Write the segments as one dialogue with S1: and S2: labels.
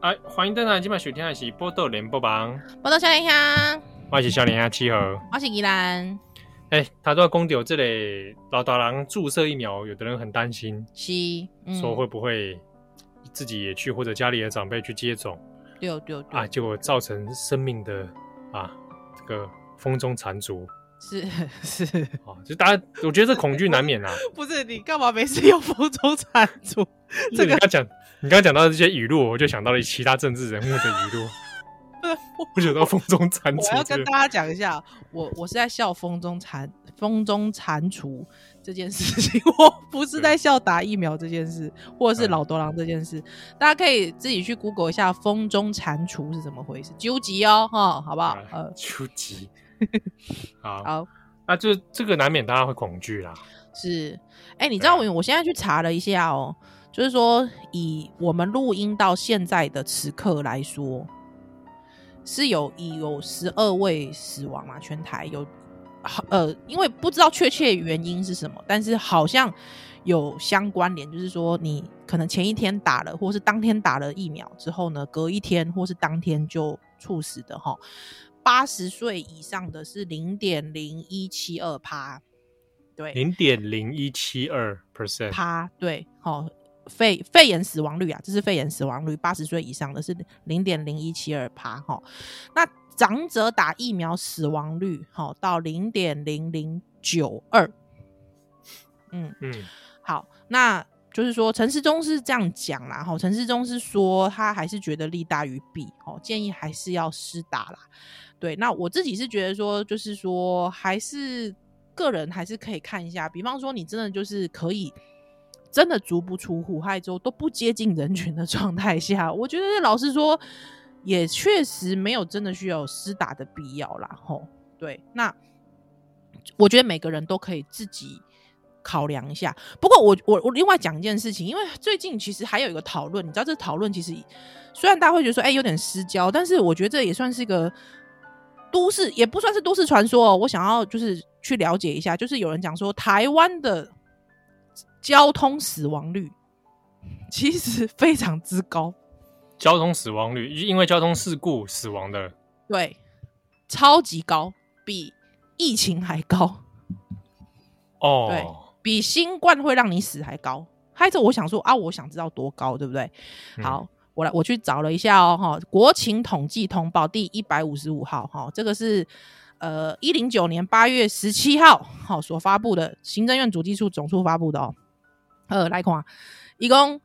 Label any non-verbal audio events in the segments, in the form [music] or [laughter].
S1: 啊，欢迎登来！今晚收听的是《波豆联播榜》，
S2: 我到小莲香，
S1: 我是少年兄七号。
S2: 我是宜兰，
S1: 哎、他都要公掉这类老大人注射疫苗，有的人很担心，
S2: 是，嗯
S1: 说会不会自己也去或者家里的长辈去接种
S2: 对对对，
S1: 啊，结果造成生命的啊这个风中残烛 [laughs]
S2: 是 [laughs] 是，
S1: 啊，就大家我觉得这恐惧难
S2: [laughs]
S1: 免啊。
S2: 不是你干嘛没事用风中铲除？
S1: 就是你刚讲你刚讲到这些语录，我就想到了其他政治人物的语
S2: [laughs]
S1: 录，
S2: 不是
S1: 我想
S2: 我
S1: 到风中残烛
S2: 我要
S1: 这
S2: 跟
S1: 个
S2: 大家讲一下，我我是在笑风中铲风中铲除这件事情，我不是在笑打疫苗这件事，或者是
S1: 嗯
S2: 老多狼这件事。大家可以自己去 Google 一下风中铲除是怎么回事，纠集哦，哈，好不
S1: 哎
S2: 好？ [laughs] 呃，
S1: 初级。 [laughs] 好，
S2: 好。
S1: 啊，这这个难免大家会恐惧啦。
S2: 是，哎、你知
S1: 对
S2: 道
S1: 啊
S2: 我我现在去查了一下哦，就是说以我们录音到现在的此刻来说，是有已有十二位死亡嘛，全台有，好呃，因为不知道确切原因是什么，但是好像有相关联，就是说你可能前一天打了，或是当天打了疫苗之后呢，隔一天或是当天就猝死的哈。八十岁以上的是零点零一七二趴，对，
S1: 零点零一七二 percent，
S2: 趴，对，哦，肺肺炎死亡率啊，这是肺炎死亡率，八十岁以上的是零点零一七二趴，哈、哦，那长者打疫苗死亡率，好、哦、到零点零零九二，嗯，
S1: 嗯，
S2: 好，那就是说陈世忠是这样讲啦，哈，陈世忠是说他还是觉得利大于弊，哦，建议还是要施打啦。对，那我自己是觉得说，就是说还是个人还是可以看一下，比方说你真的就是可以。真的足不出户，害州都不接近人群的状态下，我觉得老实说，也确实没有真的需要有施打的必要啦。吼，对，那我觉得每个人都可以自己考量一下。不过我我我另外讲一件事情，因为最近其实还有一个讨论，你知道这讨论其实虽然大家会觉得说哎、有点失焦，但是我觉得这也算是一个都市，也不算是都市传说哦。我想要就是去了解一下，就是有人讲说台湾的交通死亡率其实非常之高，
S1: 交通死亡率因为交通事故死亡的
S2: 对，超级高，比疫情还高。
S1: 哦，
S2: 比新冠会让你死还高。还有，我想说啊，我想知道多高，对不对？
S1: 嗯
S2: 好，我来我去找了一下哦，哈，国情统计通报第一百五十五号，哈，这个是呃一零九年八月十七号，好所发布的行政院主计处总处发布的哦。呃，来看啊，一共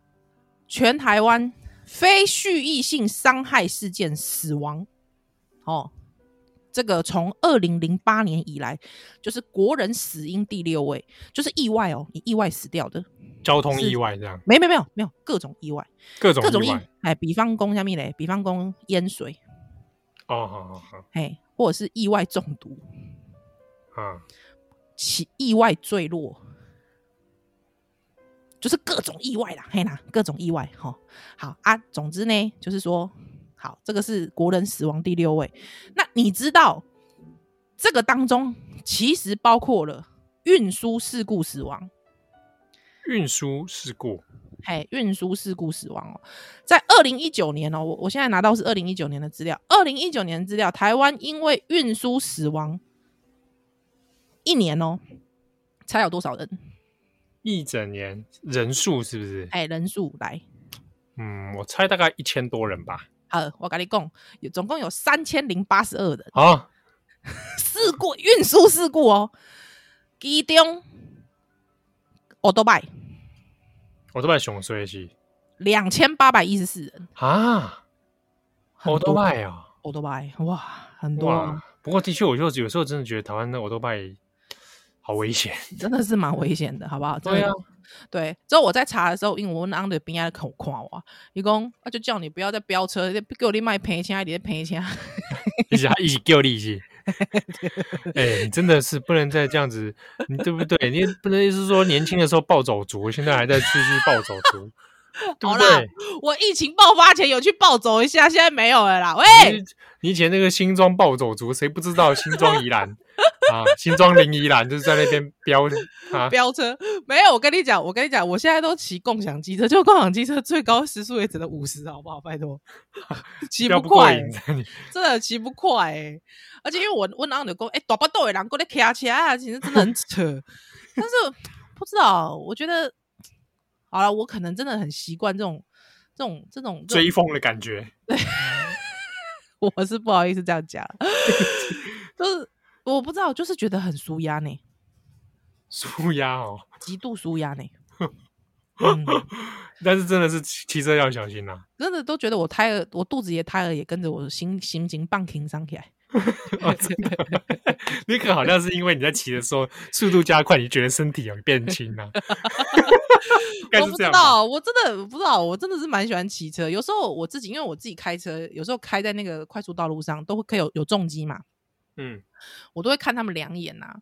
S2: 全台湾非蓄意性伤害事件死亡，哦，这个从二零零八年以来，就是国人死因第六位，就是意外哦，你意外死掉的，
S1: 交通
S2: 是
S1: 意外这样，
S2: 没没没有没有各种意外，
S1: 各种
S2: 各种
S1: 意
S2: 意
S1: 外，
S2: 哎，比方公下面嘞，比方公淹水，
S1: 哦，好好好，
S2: 哎，或者是意外中毒，
S1: 嗯，
S2: 起意外坠落，就是各种意外啦，嘿啦，各种意外哈。吼好啊，总之呢，就是说，好，这个是国人死亡第六位。那你知道这个当中其实包括了运输事故死亡，
S1: 运输事故，
S2: 嘿，运输事故死亡哦，在二零一九年哦，我我现在拿到是二零一九年的资料，二零一九年的资料，台湾因为运输死亡一年哦，才有多少人？
S1: 一整年人数是不是？
S2: 哎，人数来，
S1: 嗯，我猜大概一千多人吧。
S2: 好，我跟你讲，有总共有三千零八十二人
S1: 啊，
S2: 事故运输事故哦，其中我都拜
S1: 我都拜熊衰是
S2: 两千八百一十四人，
S1: 啊，
S2: 很
S1: 我都
S2: 多，
S1: 拜啊，
S2: 我都拜，哇，很多哦、
S1: 哇！不过的确，我就有时候真的觉得台湾的我都拜好危险。
S2: 真的是蛮危险的，好不好？真的
S1: 对啊，
S2: 对。之后我在查的时候，因为我问 under 边的口夸我，伊讲啊，就叫你不要再飙车，给我你卖赔钱，你赔钱。 [laughs]
S1: 一起一起救力气。哎、你真的是不能再这样子，你对不对？你不能是说年轻的时候暴走族，现在还在继续暴走
S2: [laughs]
S1: 族，对不
S2: 好啦
S1: 对？
S2: 我疫情爆发前有去暴走一下，
S1: 嗯
S2: 现在没有了啦。喂，
S1: 你你以前那个新庄暴走族，谁不知道新庄宜兰？啊，新庄林宜兰就是在那边
S2: [laughs]
S1: 飙啊，
S2: 飙车没有，我跟你讲，我跟你讲，我现在都骑共享机车，就共享机车最高时速也只能五十，好不好？
S1: [laughs]
S2: 拜托， [laughs] 骑
S1: 飙
S2: 不
S1: 不过
S2: 快欸、
S1: 瘾。
S2: [laughs]
S1: 你
S2: 真的骑不快、欸。而且因为我我哪有讲，哎、大巴豆的人过来骑起来，其实真的很扯。但是不知道，我觉得好了，我可能真的很习惯这种这种这种这种
S1: 追风的感觉，
S2: 我是不好意思这样讲， [laughs] 就是我不知道，就是觉得很舒压呢，
S1: 舒压哦。
S2: 极度舒压呢。嗯，
S1: 但是真的是骑骑车要小心啊啦、
S2: 真的都觉得我胎儿，我肚子也胎儿也跟着我心心情棒停上起来。
S1: 哦真的你可好像是因为你在骑的时候速度加快，你觉得身体有变轻了、啊，应该
S2: 我
S1: 是这
S2: 不知
S1: 样吧？
S2: 道，我真的不知道，我真的是蛮喜欢骑车。有时候我自己，因为我自己开车，有时候开在那个快速道路上，都会可以有有重机嘛，
S1: 嗯，
S2: 我都会看他们两眼呐、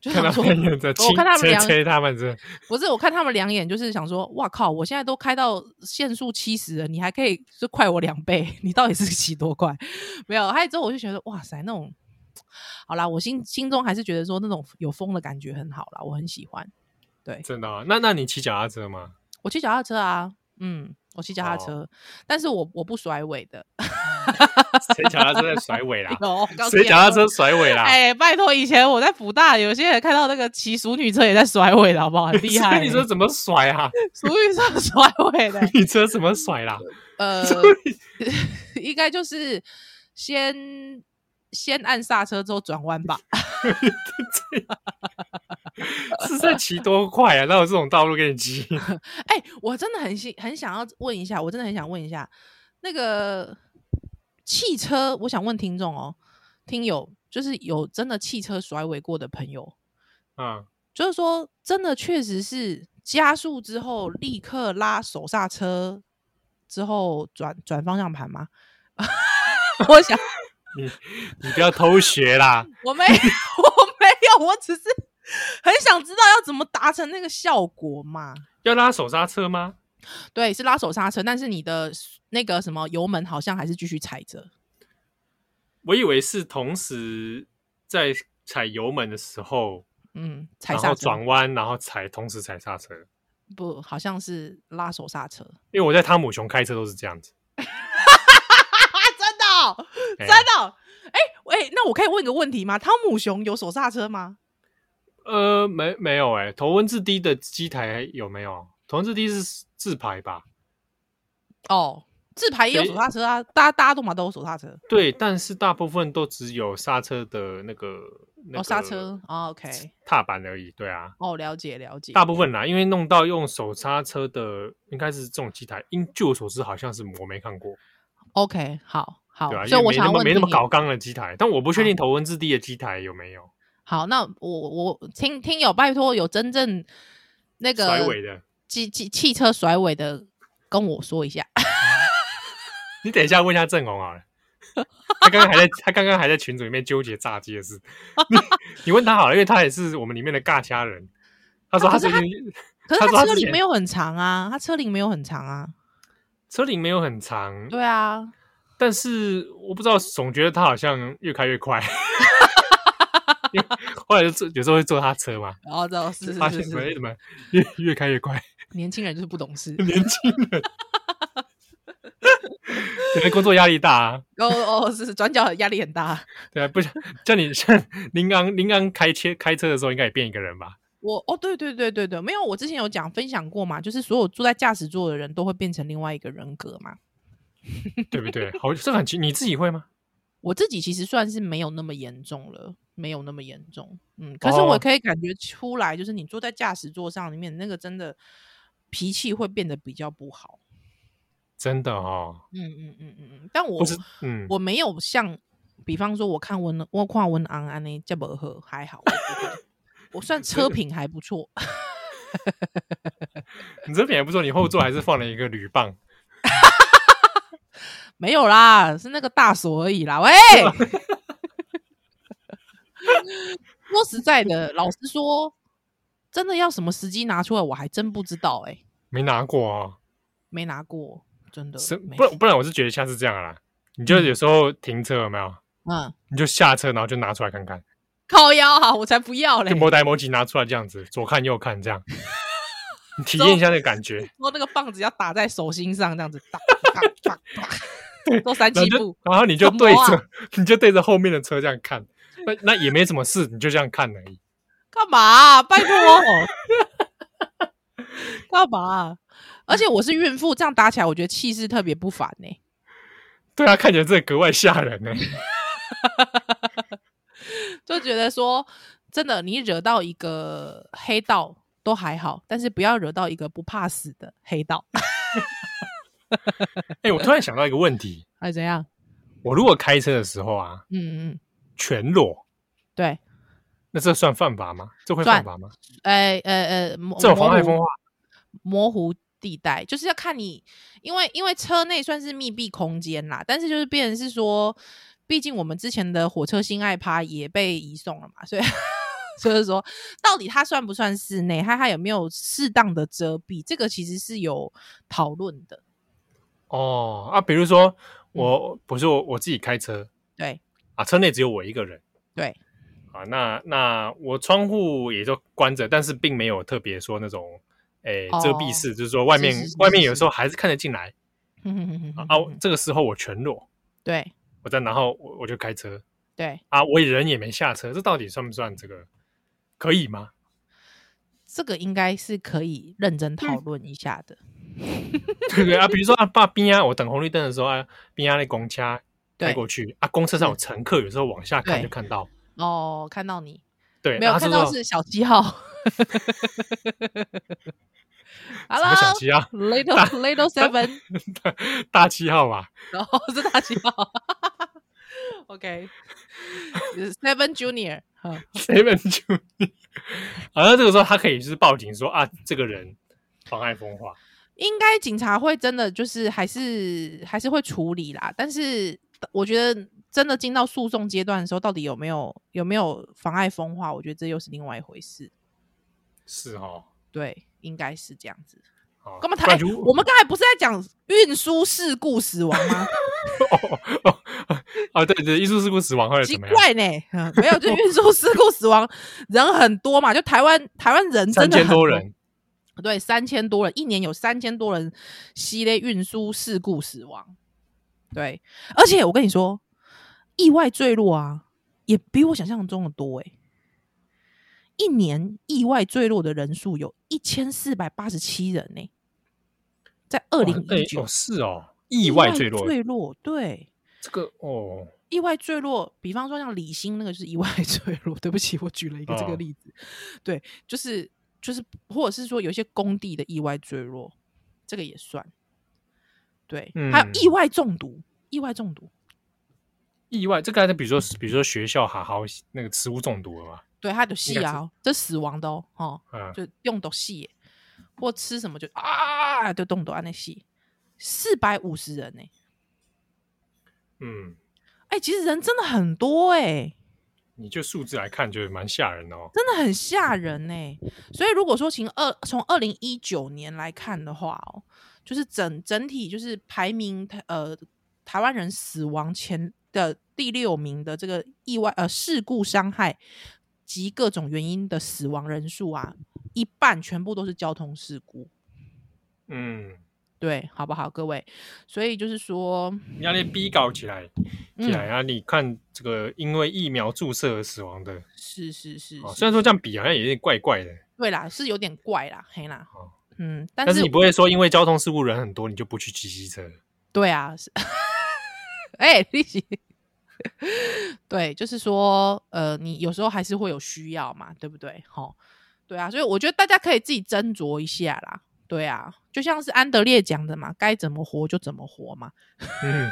S2: 就
S1: 看
S2: 想
S1: 到
S2: 说，
S1: 朋友在
S2: 我看他们
S1: 吹
S2: 两
S1: 吹他们这，
S2: 不是我看他们两眼，就是想说，哇靠，我现在都开到限速七十了，你还可以就快我两倍， [laughs] 你到底是骑多快？ [laughs] 没有，还有之后我就觉得，哇塞，那种好啦，我心心中还是觉得说那种有风的感觉很好啦，我很喜欢。
S1: 真的、啊？那那你骑脚踏车吗？
S2: 我骑脚踏车啊，嗯，我骑脚
S1: 哦
S2: 踏车，但是我我不甩尾的。
S1: 谁脚踏车在甩尾啦？
S2: 有，哦我告诉
S1: 谁
S2: 你啊
S1: 脚踏车？甩尾啦？
S2: 哎、拜托，以前我在福大，有些人看到那个骑熟女车也在甩尾的，好不好？很厉害、
S1: 所以你说怎么甩啊？
S2: 熟女车甩
S1: [laughs]
S2: 尾的，
S1: 你车怎么甩啦？
S2: 呃，应该就是先先按刹车之后转弯吧。
S1: 是在骑多快啊？哪有这种道路给你骑？
S2: 哎、我真的很想很想要问一下，我真的很想问一下，那个汽车，我想问听众哦，听友，就是有真的汽车甩尾过的朋友，
S1: 啊，
S2: 就是说真的确实是加速之后立刻拉手刹车，之后转转方向盘吗？ [laughs] 我想
S1: 你不要偷学啦！
S2: 我 [laughs] 没我没有，我只是很想知道要怎么达成那个效果嘛。
S1: 要拉手刹车吗？
S2: 对，是拉手刹车，但是你的那个什么油门好像还是继续踩着。
S1: 我以为是同时在踩油门的时候，
S2: 嗯，踩
S1: 然
S2: 刹
S1: 后
S2: 车
S1: 转弯，然后踩同时踩刹车。
S2: 不好像是拉手刹车
S1: 因为我在汤姆熊开车都是这样子。
S2: 啊！ [laughs] 真
S1: 哎
S2: 的哦、[laughs] 真的哦、哎喂、那我可以问一个问题吗？汤姆熊有手刹车吗？
S1: 呃，没没有哎、头文字 D 的机台有没有？头文字 D 是自排吧？
S2: 哦，自排也有
S1: 对
S2: 手刹车啊，大家大家都嘛都有手刹车，
S1: 对，但是大部分都只有刹车的那个那个
S2: 哦刹车哦，OK，
S1: 踏板而已。对啊，
S2: 哦了解了解，
S1: 大部分啦，因为弄到用手刹车的应该是这种机台，因据我所知好像是我没看过，
S2: OK 好好，
S1: 对吧、啊？
S2: 哦所
S1: 因
S2: 以我
S1: 为没
S2: 想
S1: 那
S2: 要
S1: 么
S2: 问哦
S1: 没那么
S2: 听友
S1: 搞纲的机台，但我不确
S2: 好
S1: 定头文字 D 的机台有没有
S2: 好，那我我听听友拜托有真正那个
S1: 甩尾的。
S2: 汽汽汽车甩尾的，跟我说一下。 [laughs]
S1: 你等一下问一下郑红好了，他刚刚还在他刚刚还在群组里面纠结炸鸡的事，你你问他好了，因为他也是我们里面的尬掐人。他说他
S2: 啊可是
S1: 最
S2: 他
S1: 近
S2: 可是
S1: 他说他
S2: 车
S1: 之
S2: 龄
S1: 前
S2: 没有很长啊，他车龄没有很长啊。
S1: 车龄没有很长，
S2: 对啊，
S1: 但是我不知道，总觉得他好像越开越快。 [laughs] 因为后来就坐有时候会坐他车嘛，
S2: 然后这哦是
S1: 发
S2: 是
S1: 现
S2: 是
S1: 怎么哎 [laughs]
S2: 是，
S1: 怎么越越开越快，
S2: 年轻人就是不懂
S1: [laughs]
S2: 事。
S1: 年轻人可能工作压力大啊，
S2: 哦哦，是是转角压力很大。
S1: 对啊，不想叫你像林刚林刚开车开车的时候应该也变一个人吧？
S2: 我哦，对对对对对，没有，我之前有讲分享过嘛，就是所有坐在驾驶座的人都会变成另外一个人格嘛。
S1: 对不对？好，这很奇你自己会吗？
S2: 我自己其实算是没有那么严重了，没有那么严重，嗯，可是我
S1: 哦
S2: 可以感觉出来，就是你坐在驾驶座上里面，那个真的脾气会变得比较不好，
S1: 真的哦，
S2: 嗯嗯嗯嗯嗯，但我
S1: 不是，嗯，
S2: 我没有像，比方说我看温我看温昂安呢，叫不喝还好，我不会
S1: [laughs]
S2: 我算车品还不错，
S1: 你这边也不错，你后座还是放了一个铝棒，
S2: 没有啦，是那个大锁而已啦。
S1: [laughs]
S2: 喂，说实在的，老实说，真的要什么时机拿出来，我还真不知道、欸。哎，
S1: 没拿过哦。
S2: [laughs] 没拿过，真的
S1: 是
S2: 没
S1: 不然不然我是觉得下次这样啦，你就
S2: 嗯
S1: 有时候停车有没有，
S2: 嗯，
S1: 你就下车然后就拿出来看看，
S2: 靠腰啊，我才不要嘞
S1: 就！摩打摩吉拿出来这样子，左看右看
S2: [laughs]
S1: 这样，你体验一下那个感觉。
S2: 然后那个棒子要打在手心上，这样子打打打打，做三
S1: 然后
S2: 七
S1: 就
S2: 步。
S1: 然后你就
S2: 怎么
S1: 对着、
S2: 啊
S1: 你就对着后面的车这样看，那那也没什么事，你就这样看而已。
S2: 干嘛啊、拜托、哦
S1: [laughs]
S2: 干嘛啊、而且我是孕妇，这样打起来，我觉得气势特别不凡欸呢、
S1: 对啊，看起来这格外吓人
S2: [laughs]
S1: 呢、
S2: 就觉得说，真的，你惹到一个黑道都还好，但是不要惹到一个不怕死的黑道。
S1: 哎、我突然想到一个问题，
S2: 哎，怎样？
S1: 我如果开车的时候啊，
S2: 嗯嗯嗯，
S1: 全裸，
S2: 对，
S1: 那这算犯法吗？这会犯
S2: 算
S1: 法吗？
S2: 呃呃呃，模
S1: 这有
S2: 模
S1: 妨碍
S2: 糊
S1: 风化，
S2: 模糊地带，就是要看你，因为因为车内算是密闭空间啦，但是就是变成是说，毕竟我们之前的火车性爱趴也被移送了嘛，所以 [laughs] 就是说，到底它算不算室内，它它有没有适当的遮蔽，这个其实是有讨论的。
S1: 哦啊，比如说
S2: 嗯
S1: 我不是我我自己开车
S2: 对
S1: 啊，车内只有我一个人
S2: 对，
S1: 啊，那那我窗户也就关着，但是并没有特别说那种。诶，遮
S2: 哦
S1: 蔽式、就是说外
S2: 是
S1: 面
S2: 是是
S1: 外面
S2: 是
S1: 有时候还是看得进来
S2: 嗯
S1: 啊啊，这个时候我全裸，
S2: 对
S1: 我在，然后我我就开车
S2: 对，
S1: 啊，我人也没下车，这到底算不算这个？可以吗？ [laughs]
S2: 这个应该是可以认真讨论一下的。
S1: 嗯对不对啊？比如说啊，爸边啊，我等红绿灯的时候啊，边啊那公车开
S2: 对嗯
S1: 过去啊，公车上有乘客，有时候往下看
S2: 对
S1: 就看到，
S2: 哦，看到你。
S1: 对，
S2: 没有
S1: 然后
S2: 看
S1: 他就
S2: 到
S1: 说
S2: 是小
S1: [laughs]
S2: 七号。
S1: 什么小
S2: Hello
S1: 七啊， [laughs]
S2: little
S1: 大
S2: little seven， [laughs]
S1: 大七号吧？
S2: 然后是大七号。OK seven junior，呵
S1: seven 就，好像这个时候他可以就是报警说啊，这个人妨碍风化，
S2: 应该警察会真的就是还是还是会处理啦，但是我觉得真的进到诉讼阶段的时候，到底有没有有没有妨碍风化，我觉得这又是另外一回事。
S1: 是哦，
S2: 对，应该是这样子。
S1: 啊，
S2: 干
S1: 不
S2: 嘛谈？
S1: 然
S2: 哎
S1: 就
S2: 我们刚才不是在讲运输事故死亡吗？
S1: 哦哦哦 [laughs] 哦，对 [laughs] 对，艺术事故死亡后来
S2: 奇
S1: 怎么样？
S2: 怪呢、嗯没有，就运输事故死亡人很多嘛，就台湾台湾人真
S1: 三
S2: 的
S1: 千
S2: 很
S1: 多人，，
S2: 对，三千多人，一年有三千多人系列运输事故死亡，对，而且我跟你说，意外坠落啊，也比我想象中的多诶、欸一年意外坠落的人数有一千四百八十七人呢、在二零
S1: 哇哎
S2: 一九
S1: 哦是哦，意外坠落，
S2: 坠落对，
S1: 这个哦，
S2: 意外坠落，比方说像李欣那个就是意外 [laughs] 坠落。对不起，我举了一个这
S1: 哦
S2: 个例子，对，就是就是，或者是说有一些工地的意外坠落，这个也算。对，还有意
S1: 嗯
S2: 外中毒，意外中毒，
S1: 意外，这个还是比如说，比如说学校好好那个食物中毒了嘛，
S2: 对，它有细
S1: 该是
S2: 啊，这死亡的哦，哦，
S1: 啊，
S2: 就用到细耶，或吃什么就啊，就动到啊那细，四百五十人呢、
S1: 嗯，
S2: 哎、其实人真的很多哎、
S1: 你就数字来看，就是蛮吓人的哦。
S2: 真的很吓人呢、欸所以如果说从二从二零一九年来看的话哦，就是整整体就是排名呃台湾人死亡前的第六名的这个意外呃事故伤害及各种原因的死亡人数啊，一半全部都是交通事故，
S1: 嗯，
S2: 对，好不好，各位？所以就是说，
S1: 你要那逼搞起来，起来
S2: 嗯，
S1: 啊！你看这个因为疫苗注射而死亡的，
S2: 是是是
S1: 哦，
S2: 是
S1: 虽然说这样比好像有点怪怪的，
S2: 对啦，是有点怪啦，黑啦
S1: 哦，
S2: 嗯，但
S1: 但
S2: 是
S1: 你不会说因为交通事故人很多，你就不去骑机车。
S2: 对啊，是，哎、利息，对，就是说，呃，你有时候还是会有需要嘛，对不对？吼，对啊，所以我觉得大家可以自己斟酌一下啦。对啊，就像是安德烈讲的嘛，该怎么活就怎么活嘛。
S1: 嗯，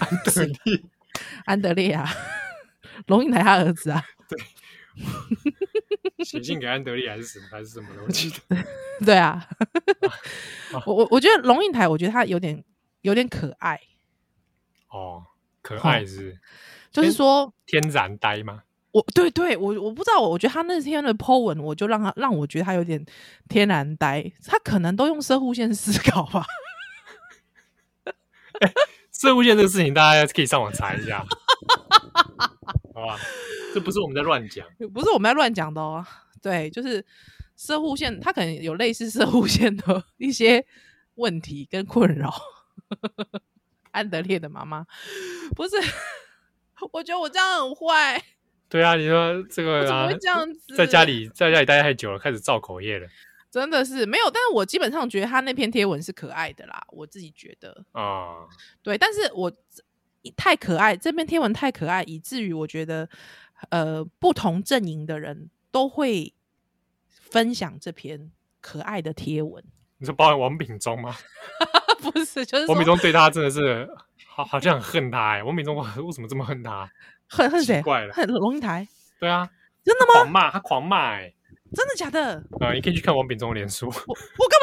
S1: 安德利，
S2: 安德烈啊， [laughs] 龙应台他儿子啊，
S1: 写信给安德利还是什么还是什么的，我记得。
S2: 对啊， [laughs] 我我我觉得龙应台，我觉得他有点有点可爱，
S1: 哦，可爱是不是
S2: 就是
S1: 天
S2: 说，
S1: 天然呆吗？
S2: 我对对，我我不知道，我觉得他那天的 po 文，我就让他让我觉得他有点天然呆，他可能都用射户线思考吧。 [laughs]
S1: 射物线这个事情，大家可以上网查一下。好吧？这不是我们在乱讲，
S2: 不是我们在乱讲的哦。对，就是射护线，它可能有类似射护线的一些问题跟困扰。安德烈的妈妈不是，我觉得我这样很坏，
S1: 对啊，你说这
S2: 我
S1: 个
S2: 怎
S1: 啊
S2: 么会，这样子？
S1: 在家里在家里待太久了，开始造口业了
S2: 真的是没有，但是我基本上觉得他那篇贴文是可爱的啦，我自己觉得
S1: 啊！
S2: 对，但是我太可爱，这篇贴文太可爱，以至于我觉得呃，不同阵营的人都会分享这篇可爱的贴文，
S1: 你说包含王炳忠吗？
S2: [laughs] 不是，就是
S1: 王炳
S2: 说
S1: 忠对他真的是好，好像很恨他哎、王炳忠我为什么这么恨他？
S2: 很很
S1: 奇
S2: 谁，
S1: 怪了，
S2: 很龙应台，
S1: 对啊，
S2: 真的
S1: 他
S2: 吗？
S1: 狂骂他狂骂哎、
S2: 真的假的？
S1: 啊、你可以去看王炳忠的脸书，
S2: 我我干嘛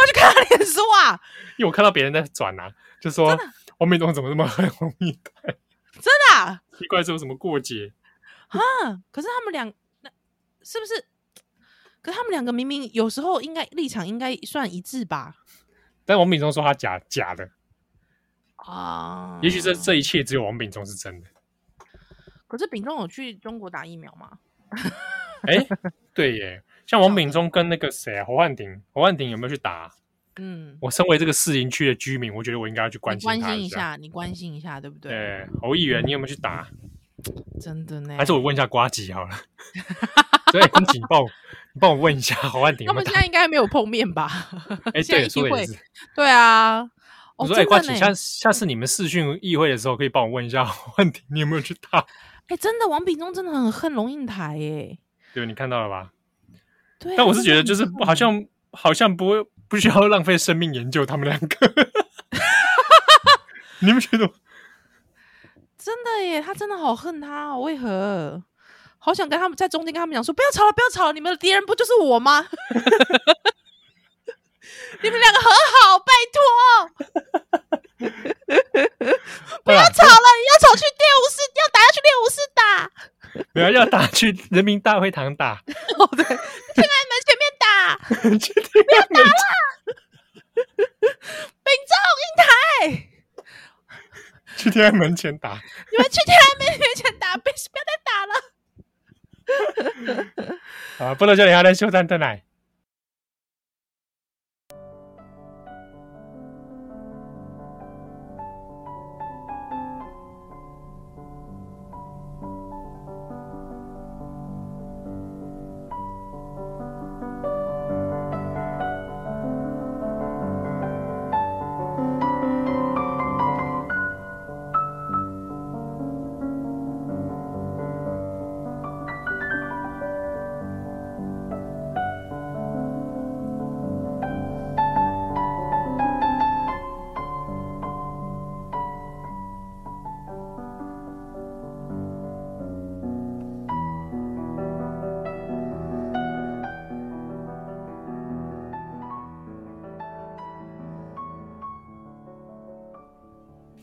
S2: 去看他脸书啊？ [laughs]
S1: 因为我看到别人在转啊，就说王炳忠怎么那么恨王炳忠，
S2: 真的啊？
S1: 奇怪是有什么过节？
S2: 啊可是他们两，那是不是？可是他们两个明明有时候应该立场应该算一致吧？
S1: 但王炳忠说他假假的，
S2: 啊，
S1: 也许这这一切只有王炳忠是真的。
S2: 可是秉忠有去中国打疫苗吗？
S1: 哎、对耶，像王炳忠跟那个谁啊，侯汉廷，侯汉廷有没有去打啊、
S2: 嗯，
S1: 我身为这个士林区的居民，我觉得我应该要去关
S2: 你
S1: 心
S2: 关
S1: 他
S2: 心一
S1: 下。
S2: 下，你关心一下，对不对？
S1: 对，侯议员，你有没有去打？
S2: 真的呢。
S1: 还是我问一下瓜吉好了。 [laughs] 对，公瑾，你帮我，你帮我问一下侯汉廷有
S2: 他
S1: 没有
S2: 们现
S1: 打？
S2: 在应该没有碰
S1: [laughs]
S2: 面吧？
S1: 哎，
S2: 现在
S1: 对，
S2: 一定
S1: 说的也
S2: 会
S1: 是。
S2: 对啊，
S1: [laughs] 我
S2: 哦，
S1: 说，
S2: 真
S1: 哎，瓜
S2: 的
S1: 吉，
S2: 呢。
S1: 下下次你们视讯议会的时候，可以帮我问一下侯汉廷，你有没有去打？
S2: 哎，真的，王秉忠真的很恨龙应台耶。
S1: 对，你看到了吧？
S2: 对啊，
S1: 但我是
S2: 真
S1: 觉
S2: 的
S1: 得，就是
S2: 很恨
S1: 好像好像不会不需要浪费生命研究他们两
S2: [laughs]
S1: 个。你们觉得吗？
S2: 真的耶，他真的好恨他、哦，为何？好想跟他们在中间跟他们讲说，不要吵了，不要吵了，你们的敌人不就是我吗？ [laughs] 你们两个和好，拜托，
S1: 不要
S2: 吵了，要吵去练武室，要打要去练武室打，
S1: 没有要打去人民大会堂打，
S2: 哦对，去南门前面打，
S1: 去不要打了，
S2: 秉忠英台，
S1: 去天安门前打。
S2: 你们去天安门面前打，不要不要再打了。
S1: 啊，不能叫你还能修战灯来。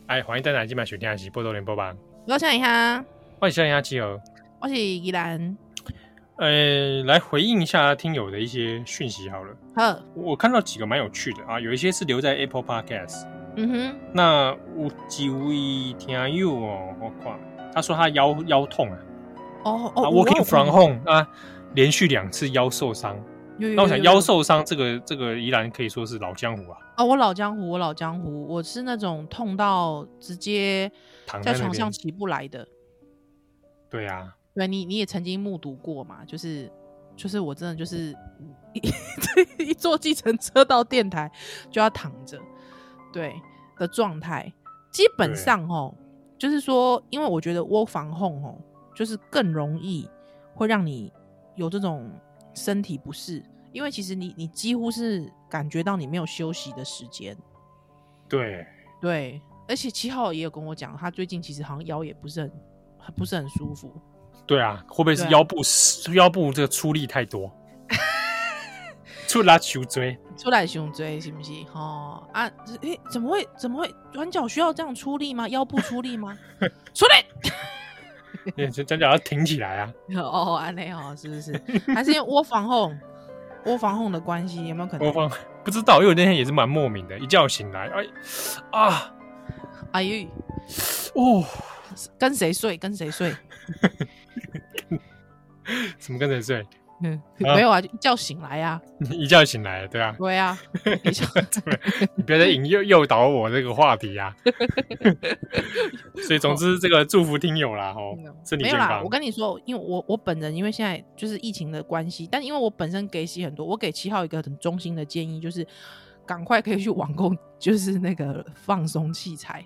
S1: 哎，欢迎登来今晚收听的是《波多连播榜》，
S2: 我想一下，
S1: 欢迎收听下集哦。
S2: 我是宜兰，
S1: 呃，来回应一下听友的一些讯息好了。
S2: 呵，
S1: 我看到几个蛮有趣的啊，有一些是留在 Apple Podcast。
S2: 嗯哼，
S1: 那有几位听友哦，我看他说他腰腰痛啊、
S2: 哦
S1: 啊
S2: 哦
S1: ，working from home 啊，连续两次腰受伤。
S2: 有有
S1: 那我想
S2: 有有
S1: 腰受伤这个这个依然可以说是老江湖啊，
S2: 啊，我老江湖，我老江湖，我是那种痛到直接
S1: 躺在
S2: 在
S1: 那
S2: 床上
S1: 边
S2: 起不来的。
S1: 对啊，
S2: 对你，你也曾经目睹过嘛？就是，就是我真的就是一 [laughs] 一坐计程车到电台就要躺着，对的状态。基本
S1: 对
S2: 上哦，就是说，因为我觉得窝房控哦，就是更容易会让你有这种身体不适，因为其实你你几乎是感觉到你没有休息的时间。
S1: 对，
S2: 对，而且七号也有跟我讲，他最近其实好像腰也不是很很不是很舒服。
S1: 对啊，会不会是
S2: 对啊
S1: 腰部、腰部这个出力太
S2: [laughs]
S1: 多，出拉球椎？
S2: 出来胸椎是不是？哦啊，诶、怎么会怎么会转角需要这样出力吗？腰部出力吗？出力
S1: 你这讲讲要挺起来啊！
S2: 哦，安内哦，是不是？还是因为窝房后窝房后的关系，有没有可
S1: 我
S2: 能？
S1: 放不知道，因为我那天也是蛮莫名的，一觉醒来，哎啊
S2: 哎呦，
S1: 哦，
S2: 跟谁睡？跟谁睡？
S1: 怎么跟着睡？
S2: 嗯，
S1: 啊
S2: 没有啊，叫醒来呀、
S1: 一觉醒来了，对啊
S2: 啊，，对啊，你想
S1: 你不要再引诱诱导我这个话题
S2: [laughs]
S1: 啊。所以，总之，这个祝福听友啦，哦，身体
S2: 嗯没
S1: 健
S2: 有啦，
S1: 康
S2: 我。跟你说，因为我我本人因为现在就是疫情的关系，但因为我本身给洗很多，我给七号一个很中心的建议，就是赶快可以去网购，就是那个放松器材，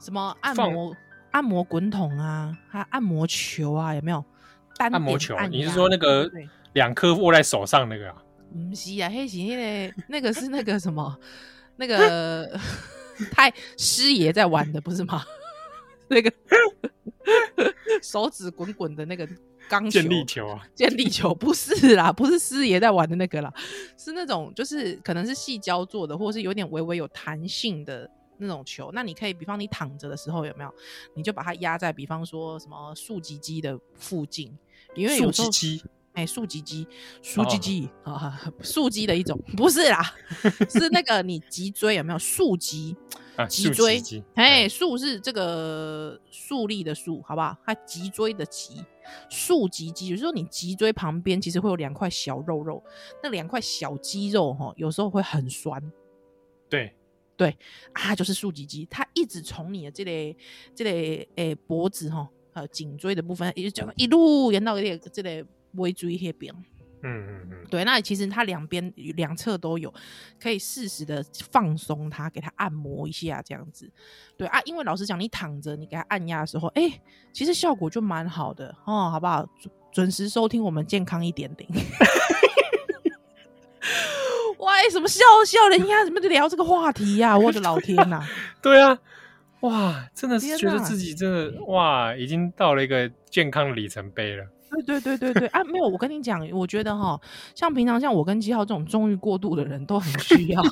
S2: 什么按
S1: 放
S2: 摩按摩滚筒啊，还有按摩球啊，有没有？单
S1: 按摩
S2: 点
S1: 球
S2: 按，
S1: 你是
S2: 压
S1: 说那个
S2: 对
S1: 两颗握在手上那个啊？
S2: 不是啊，黑是那个那个是那个什么，那个 [laughs] 太师爷在玩的不是吗？ [laughs] 那个 [laughs] 手指滚滚的那个钢球，
S1: 健力球啊？
S2: 健力球不是啦，不是师爷在玩的那个啦，是那种就是可能是细胶做的，或是有点微微有弹性的那种球。那你可以，比方你躺着的时候有没有，你就把它压在比方说什么竖脊肌的附近，因为
S1: 竖
S2: 有时
S1: 鸡
S2: 候
S1: 鸡哦
S2: 哎，竖脊肌，竖脊肌啊， [laughs] 竖肌的一种，不是啦， [laughs] 是那个你脊椎有没有竖脊？
S1: 啊，
S2: 脊
S1: 竖
S2: 椎
S1: 鸡鸡。
S2: 哎，竖是这个竖立的竖，好不好？它脊椎的脊，竖脊肌，有时候你脊椎旁边其实会有两块小肉肉，那两块小肌肉哈，有时候会很酸
S1: 对，
S2: 啊，就是竖脊肌，它一直从你的这类这类诶脖子哈，呃颈椎的部分，一直一路延到这个这类尾椎那边。
S1: 嗯嗯嗯，
S2: 对，那其实它两边呃两侧都有，可以适时的放松它，给它按摩一下这样子。对啊，因为老实讲，你躺着你给它按压的时候，哎、其实效果就蛮好的哦，好不好？准准时收听我们健康一点点。 [laughs] 喂，什么笑笑人家怎么就聊这个话题呀、我的老天呐、 [laughs]
S1: [laughs] 对啊，哇，真的是
S2: 天
S1: 觉得
S2: 哪
S1: 自己真的哇，已经到了一个健康的里程碑了。
S2: 对对对对对啊！没有，我跟你讲，我觉得哈，像平常像我跟七号这种纵欲过度的人都很需要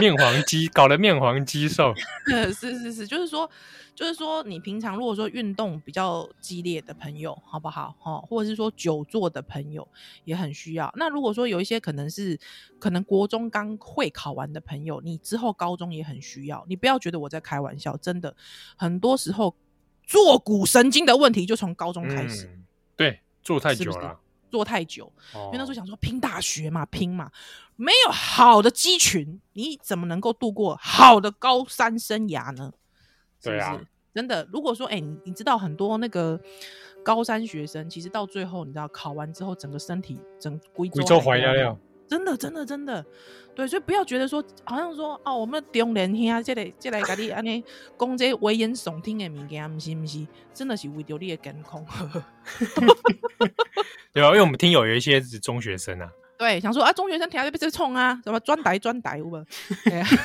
S1: 面黄肌搞得面黄肌瘦，
S2: [laughs] 是是是，就是说，就是说，你平常如果说运动比较激烈的朋友，好不好？哦，或者是说久坐的朋友也很需要。那如果说有一些可能是可能国中刚会考完的朋友，你之后高中也很需要。你不要觉得我在开玩笑，真的，很多时候坐骨神经的问题就从高中开始，
S1: 嗯，对，坐太
S2: 是
S1: 久
S2: 不是
S1: 了。
S2: 坐太久，
S1: 哦
S2: 因为那时候想说拼大学嘛，拼嘛，没有好的肌群，你怎么能够度过好的高三生涯呢？是不
S1: 对
S2: 是？
S1: 啊
S2: 真的，如果说，哎、你你知道很多那个高三学生，其实到最后，你知道考完之后，整个身体整贵
S1: 贵州怀尿
S2: 了。
S1: 尿，
S2: 真的，真的，真的，对，所以不要觉得说，好像说哦，我们中年兄这类这类给你安尼讲这危言耸听的物件，不是不是，真的是为着你的健康。
S1: 对啊吧？因为我们听友有一些是中学生啊，
S2: 对，想说啊，中学生听下就被这冲啊，什么专逮专逮，
S1: [laughs]
S2: 我们。对啊 [laughs]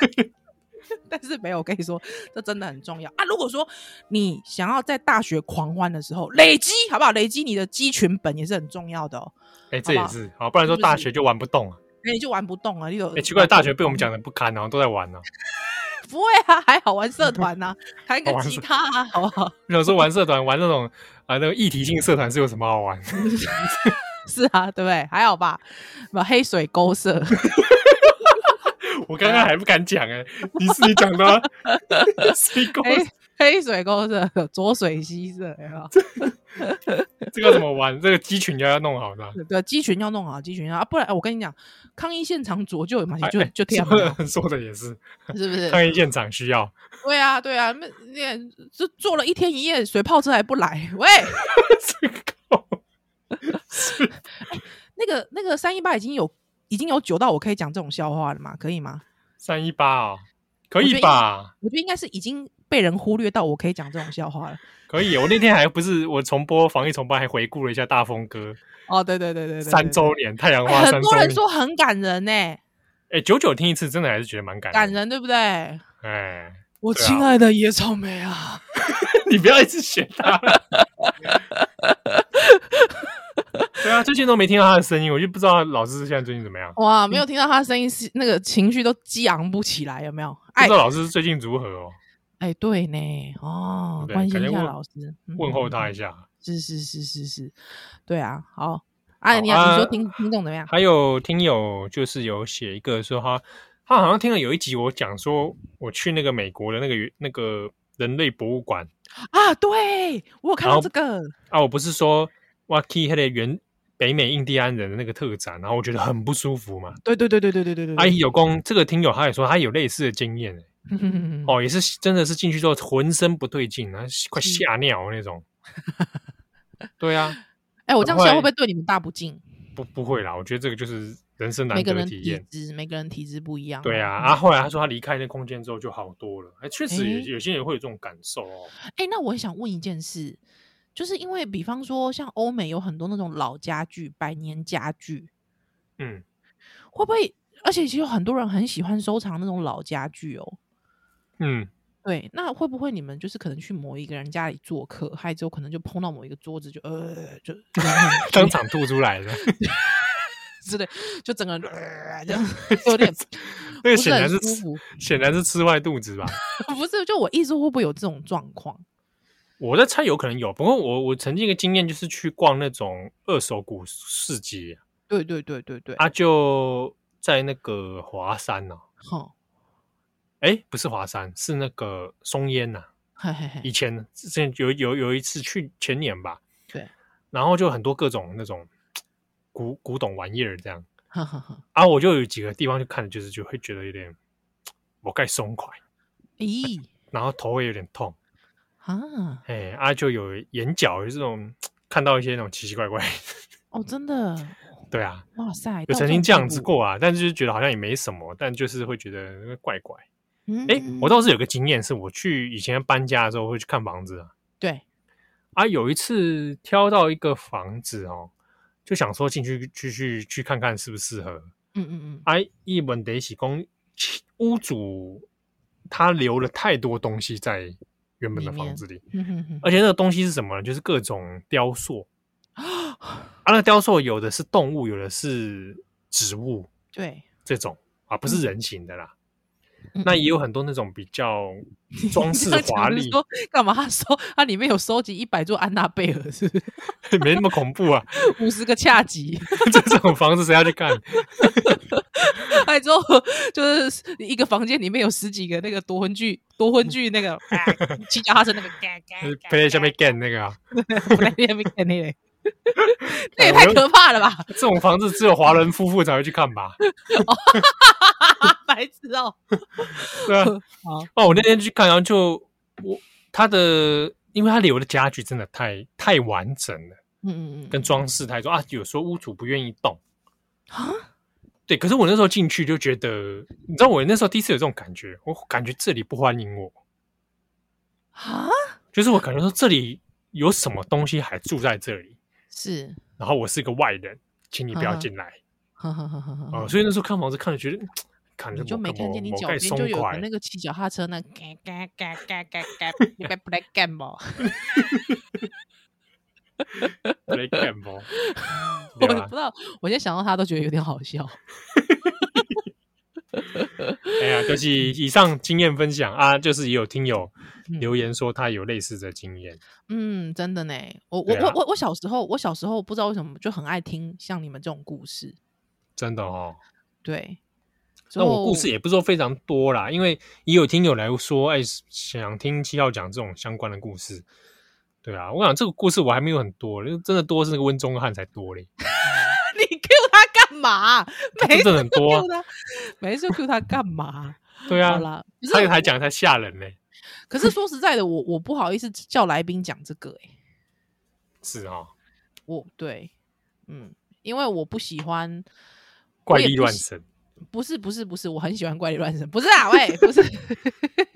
S2: 但是没有，我跟你说，这真的很重要啊！如果说你想要在大学狂欢的时候累积，好不好？累积你的肌群本也是很重要的哦。
S1: 哎，这
S2: 好
S1: 也
S2: 吧
S1: 是好，不然说
S2: 是不
S1: 大
S2: 是
S1: 学就玩不动啊。
S2: 那你就玩不动了，你有
S1: 哎，奇怪，大学被我们讲的不堪哦，都在玩哦。
S2: [laughs] 不会啊，还好玩社团呐、弹个
S1: 好玩
S2: 吉
S1: 社
S2: 他啊，好不好？
S1: 有时候玩社团，玩那种啊那个议题性社团是有什么好玩？
S2: 是啊，对不对？还好吧？什么黑水沟
S1: [laughs]
S2: 社，
S1: 我刚刚还不敢讲哎，你是你讲的
S2: [laughs]
S1: 吗？ [laughs] 谁跟我
S2: 黑黑水沟社，浊水溪社，有没有
S1: 这个怎么玩？这个鸡群要要弄好的啊。
S2: 对，鸡群要弄好，鸡群要啊，不然我跟你讲，抗议现场左就有嘛，
S1: 哎
S2: 就
S1: 哎
S2: 就跳
S1: 说
S2: 了，
S1: 的 [laughs] 说的也是，
S2: 是不是？
S1: 抗议现场需要。 [laughs]
S2: 对啊，对啊，那那这做了一天一夜，水泡车还不来，喂，
S1: 这个靠
S2: 那个那个三一八已经有已经有久到我可以讲这种笑话了嘛，可以吗？
S1: 三一八哦，可
S2: 我觉得
S1: 以
S2: 应
S1: 吧？
S2: 我觉得应该是已经被人忽略到我可以讲这种笑话了。
S1: 可以，我那天还不是我重播防疫重播，还回顾了一下大风哥
S2: 哦，对对对对对对，
S1: 三周年太阳
S2: 哎
S1: 花
S2: 很
S1: 三周
S2: 多人
S1: 年。
S2: 说很感人呢、
S1: 哎，九九听一次，真的还是觉得蛮感
S2: 感
S1: 人。
S2: 人对不对？
S1: 哎， [laughs]
S2: 我
S1: 对啊
S2: 亲爱的野草莓啊，
S1: 你不要一直学他。 [laughs] 对啊，最近都没听到他的声音，我就不知道老师现在最近怎么样，
S2: 哇，没有听到他的声音，是那个情绪都激昂不起来，有没有？
S1: 不
S2: 哎
S1: 知道老师最近如何哦。
S2: 哎，对呢，哦，
S1: 对
S2: 关
S1: 改
S2: 心一
S1: 天
S2: 下
S1: 问
S2: 老师，嗯
S1: 问候他
S2: 嗯
S1: 一下。
S2: 是是是是是，对啊，好，哎，
S1: 好
S2: 你啊，你
S1: 啊
S2: 说听听懂怎么样？
S1: 还有听友就是有写一个说他，他好像听了有一集我讲说我去那个美国的那个那个人类博物馆
S2: 啊，对我有看
S1: 然后
S2: 到这个，
S1: 啊，我不是说哇 k 黑的原北美印第安人的那个特展，然后我觉得很不舒服嘛。
S2: 对对对对对对对对，
S1: 阿姨有功，这个听友他也说他有类似的经验、
S2: 哦，
S1: 哦，也是真的是进去之后浑身不对劲，然后快
S2: 是
S1: 吓尿那
S2: [laughs]
S1: 种。对啊，
S2: [laughs] 哎，我这样
S1: 赶快
S2: 说会不会对你们大不敬？
S1: 不不会啦，我觉得这个就是人生难
S2: 每个
S1: 得的
S2: 人
S1: 体
S2: 体
S1: 验。
S2: 质，每个人体质不一样。
S1: 对啊，
S2: 嗯
S1: 啊，后来他说他离开那空间之后就好多了，哎、确实
S2: 诶
S1: 有有些人会有这种感受哦。
S2: 哎、那我也想问一件事，就是因为比方说像欧美有很多那种老家具、百年家具，
S1: 嗯，
S2: 会不会？而且其实有很多人很喜欢收藏那种老家具哦。
S1: 嗯，
S2: 对，那会不会你们就是可能去某一个人家里做客，还之后可能就碰到某一个桌子就呃就
S1: 当场吐出来了，
S2: 之类，就整个人、呃、这样
S1: [laughs]
S2: 有点
S1: 那个
S2: [laughs] 不
S1: 显
S2: 是
S1: 然
S2: 很
S1: 是
S2: 舒
S1: 吃
S2: 服。 [laughs]
S1: 显然是吃坏肚子吧？
S2: 不是，就我意思会不会有这种状况？
S1: 我在猜有可能有，不过我我曾经一个经验就是去逛那种二手古市集
S2: 对对对对对，
S1: 啊，就在那个华山呐、
S2: 好、
S1: 哎、不是华山，是那个松烟呐、
S2: 嘿嘿
S1: 以
S2: 嘿，
S1: 前之前有有有一次去前年吧，
S2: 对，
S1: 然后就很多各种那种古古董玩意儿这样
S2: 哈哈哈。
S1: 啊，我就有几个地方就看了，就是就会觉得有点我盖松快，
S2: 咦
S1: 然后头会有点痛，
S2: 啊，
S1: 哎啊，就有眼角有这种看到一些那种奇奇怪怪，
S2: 哦，真的，
S1: [laughs] 对啊，
S2: 哇塞，
S1: 有
S2: 到
S1: 曾经
S2: 种
S1: 这样
S2: 地
S1: 子
S2: 步，
S1: 过啊，但是就觉得好像也没什么，但就是会觉得怪怪。
S2: 嗯
S1: 哎、
S2: 嗯
S1: 我倒是有个经验，是我去以前搬家的时候会去看房子啊，
S2: 对，
S1: 啊，有一次挑到一个房子哦，就想说进去去去去看看适不适合。
S2: 嗯嗯嗯，
S1: 啊，一问得起公屋主他留了太多东西在原本的
S2: 里
S1: 房
S2: 面
S1: 子里，
S2: 嗯哼哼哼
S1: 而且那个东西是什么呢？就是各种雕
S2: [gasps]
S1: 塑啊，那个雕塑有的是动物，有的是植物
S2: 对，
S1: 这种啊，不是人形的啦。
S2: 嗯
S1: 那
S2: 嗯
S1: 也有很多那种比较装饰
S2: [laughs] 这样讲
S1: 华
S2: 不是
S1: 丽，
S2: 说干嘛？他收他里面有收集一百座安娜贝尔，是不是
S1: 没那么恐怖啊。 [laughs]
S2: 五十个恰吉？
S1: 这这种房子谁要去
S2: [laughs]
S1: 看？
S2: 还之后就是一个房间里面有十几个那个夺
S1: [laughs]
S2: 魂锯，夺魂锯那个骑脚踏车那个，
S1: 就是 play
S2: [laughs]
S1: 下面 game 那个啊，
S2: 不在那边看
S1: [laughs]
S2: 那嘞，那
S1: 哎
S2: 也
S1: 我
S2: 太
S1: 又
S2: 可怕了吧！ [laughs]
S1: 这种房子只有华人夫妇才会去看吧？
S2: 白痴哦，
S1: 对啊。
S2: [laughs] 好，
S1: 哦，我那天去看，然后就我他的，因为他留的家具真的太太完整了，
S2: 嗯嗯嗯，
S1: 跟装饰太多啊。有时候屋主不愿意动，
S2: 啊，
S1: 对。可是我那时候进去就觉得，你知道我那时候第一次有这种感觉，我感觉这里不欢迎我，
S2: 啊，
S1: 就是我感觉说这里有什么东西还住在这里，
S2: 是， [laughs]
S1: 然后我是个外人，请你不要
S2: 嗯哼
S1: 进来
S2: 呵呵呵呵呵
S1: 啊、所以那时候看房子看了觉得。嗯看着
S2: 你就
S1: 我
S2: 没看
S1: 我
S2: 见你
S1: 我
S2: 脚
S1: 盖
S2: 边
S1: 松
S2: 就有
S1: 快
S2: 个那个骑脚踏车
S1: [laughs]
S2: 那嘎嘎嘎嘎嘎嘎，你别不来干嘛？
S1: 啊 Play game
S2: [laughs]
S1: 哦
S2: 我
S1: 对啊
S2: 也
S1: 吧
S2: 不知道，我现在想到他都觉得有点好笑。
S1: 哎呀，就是以上经验分享啊，就是也有听友
S2: 嗯
S1: 留言说他有类似的经验，
S2: 嗯，真的呢，我我
S1: 对啊
S2: 我我我小时候，我小时候不知道为什么就很爱听像你们这种故事，
S1: 真的哦。
S2: 对。之
S1: 那我故
S2: 后
S1: 事也不是说非常多啦，因为也有听友来说，哎，想听七号讲这种相关的故事。对啊，我想这个故事我还没有很多，真的多是那个温中汉才多嘞，
S2: [laughs] 你 Q 他干嘛？啊
S1: 他
S2: [laughs] 没
S1: 真
S2: 事
S1: 的很多、啊
S2: Q。他，没事 Q 他干嘛？
S1: 对
S2: 好
S1: 啊，
S2: 啦，不
S1: 他
S2: 是，
S1: 还讲得太吓人嘞，
S2: 可是说实在的，我我不好意思叫来宾讲这个、欸，
S1: 是哦，
S2: 我对，嗯，因为我不喜欢
S1: 怪
S2: 也
S1: 力
S2: 不
S1: 乱
S2: 喜
S1: 神。
S2: 不是不是不是，我很喜欢怪力乱神，不是啊，喂，不是，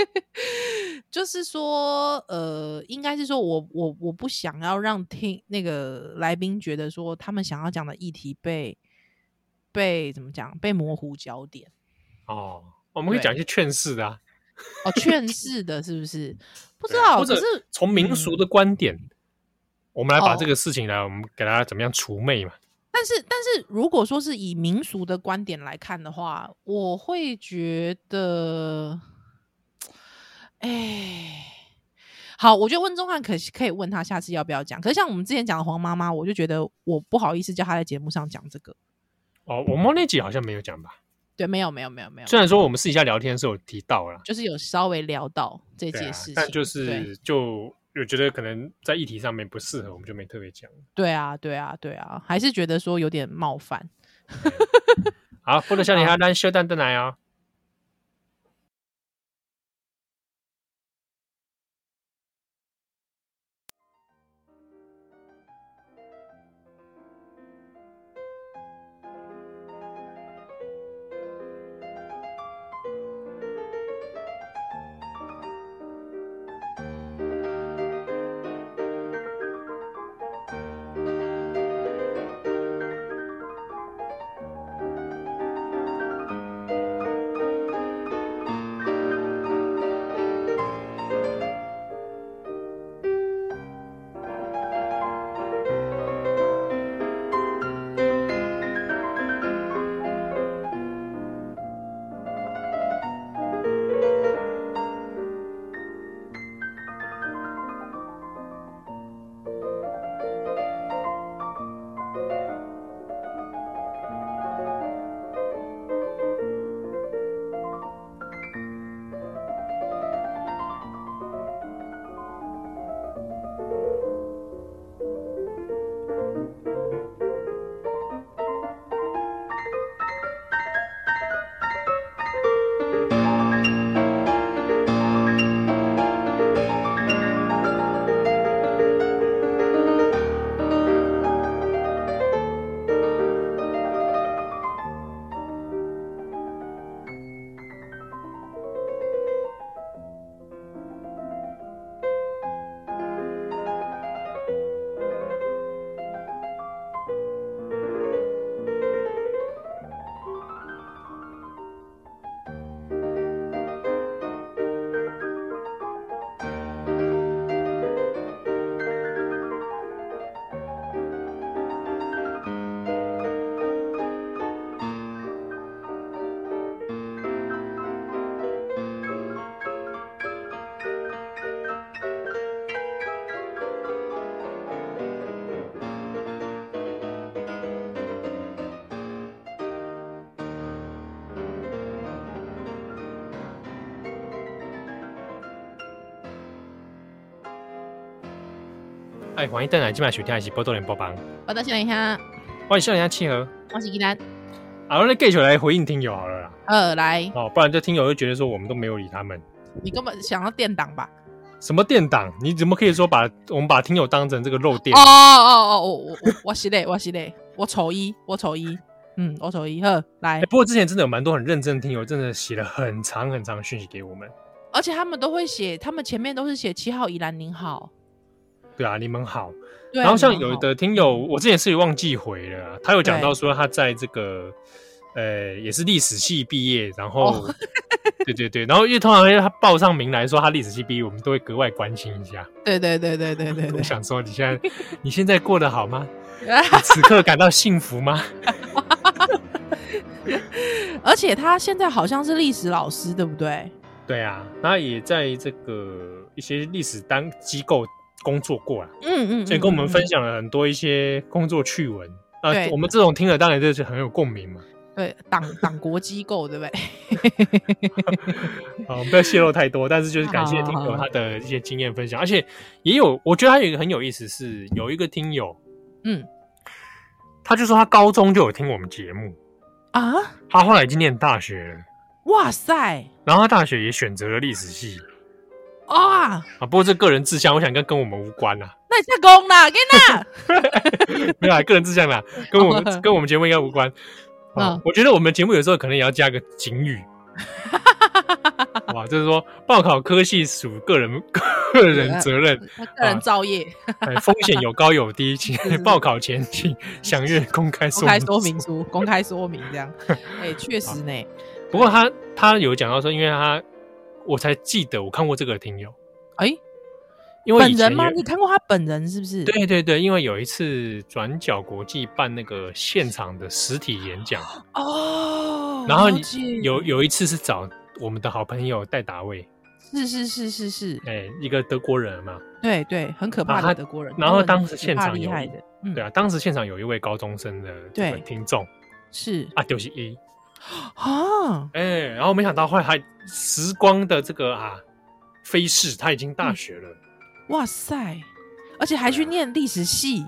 S2: [laughs] 就是说，呃，应该是说我我我不想要让听那个来宾觉得说他们想要讲的议题被被怎么讲被模糊焦点
S1: 哦，我们可以讲一些劝世的啊，
S2: 哦，
S1: [laughs]
S2: 劝世的是不是？不知
S1: 对啊
S2: 道，
S1: 或者
S2: 可是嗯
S1: 从民俗的观点，我们来把
S2: 哦
S1: 这个事情来，我们给大家怎么样除魅嘛。
S2: 但是，但是如果说是以民俗的观点来看的话，我会觉得，哎，好，我觉得温中汉可可以问他下次要不要讲。可是像我们之前讲的黄妈妈，我就觉得我不好意思叫他在节目上讲这个。
S1: 哦，我们那集好像没有讲吧？
S2: 对，没有没有没有没有，
S1: 虽然说我们私底下聊天的时候有提到啦，
S2: 就是有稍微聊到这
S1: 对
S2: 件
S1: 啊
S2: 事情，
S1: 但就
S2: 对
S1: 是就我觉得可能在议题上面不适合，我们就没特别讲。
S2: 对啊对啊对啊，还是觉得说有点冒犯。
S1: 好，不能笑你哈，咱小蛋蛋来啊。哎，欢迎蛋来，今晚收听的是《波多连播帮》，
S2: 我到现在一下，
S1: 欢迎笑脸契合。
S2: 我是依兰，
S1: 啊，那 gay 来回应听友好了啦，
S2: 呃，来，
S1: 哦，不然这听友就觉得说我们都没有理他们。
S2: 你根本想要垫档吧？
S1: 什么电档？你怎么可以说把我们把听友当成这个肉垫
S2: 哦？哦哦，我我我我是嘞，我是嘞，我丑一，我丑一，嗯，我丑一，呵，
S1: 哎，
S2: 来
S1: 不过之前真的有蛮多很认真的听友，真的写了很长很长的讯息给我们。
S2: 而且他们都会写，他们前面都是写七号宜兰您好，
S1: 对啊，你们好。
S2: 对啊，
S1: 然后像
S2: 您好嗯
S1: 有的听友，我之前是忘记回了啊，他有讲到说他在这个呃也是历史系毕业，然后、
S2: 哦
S1: 对对对，然后因为通常因为他报上名来说他历史系毕业，我们都会格外关心一下。
S2: 对对对对对对对
S1: 我，想说你现在你现在过得好吗？
S2: 啊
S1: 你此刻感到幸福吗？
S2: [laughs] 而且他现在好像是历史老师，对不对？
S1: 对啊，他也在这个一些历史单机构工作过啊，
S2: 嗯嗯，
S1: 所以跟我们
S2: 嗯
S1: 分享了很多一些工作趣闻。啊、
S2: 对
S1: 我们这种听了当然就是很有共鸣嘛。
S2: 对党党国机构，对不对？ [laughs]
S1: 啊，我们不要泄露太多，但是就是感谢
S2: 好
S1: 听
S2: 好
S1: 友
S2: 好
S1: 他的一些经验分享，而且也有，我觉得他有一个很有意思是，有一个听友，
S2: 嗯
S1: 他就说他高中就有听我们节目，
S2: 啊，
S1: 他后来已经念大学了，
S2: 哇塞
S1: 然后他大学也选择了历史系
S2: 啊！
S1: 啊，不过这个人志向，我想跟跟我们无关啦，
S2: 那你下工啦，给娜，
S1: [laughs] 没有啦，啊个人志向啦，跟我
S2: [laughs]
S1: 们跟我们节目应该无关。啊
S2: 嗯，
S1: 我觉得我们节目有时候可能也要加个警
S2: [laughs]
S1: 语。哇，就是说报考科系属个人个人责任，
S2: 他个人造业，
S1: 哎，风险有高有低，请
S2: 是
S1: 报考前请详阅公开说
S2: 公开说
S1: 明
S2: 明
S1: 书。
S2: 书，公开说明这样，哎，确实呢，
S1: 不过他他有讲到说，因为他我才记得我看过这个听友，
S2: 哎，
S1: 因为
S2: 本
S1: 以
S2: 人
S1: 前
S2: 吗？
S1: 有
S2: 你看过他本人是不是？
S1: 对对对，因为有一次转角国际办那个现场的实体演讲，
S2: 哦，
S1: 然后
S2: 了
S1: 你
S2: 解
S1: 有有一次是找我们的好朋友戴达卫，
S2: 是是是是是，
S1: 哎，一个德国人嘛，
S2: 对对，很可怕
S1: 然后他
S2: 的德国人，
S1: 然后
S2: 德国
S1: 当
S2: 人
S1: 时
S2: 很可
S1: 现
S2: 怕
S1: 场
S2: 厉
S1: 有啊
S2: 害的，嗯
S1: 对，啊，当时现场有一位高中生的这个
S2: 对
S1: 听众
S2: 嗯是
S1: 啊，就是一，
S2: 啊，
S1: 哎、然后没想到后来还时光的这个啊飞逝，他已经
S2: 嗯
S1: 大学了，
S2: 哇塞，而且还
S1: 啊
S2: 去念历史系，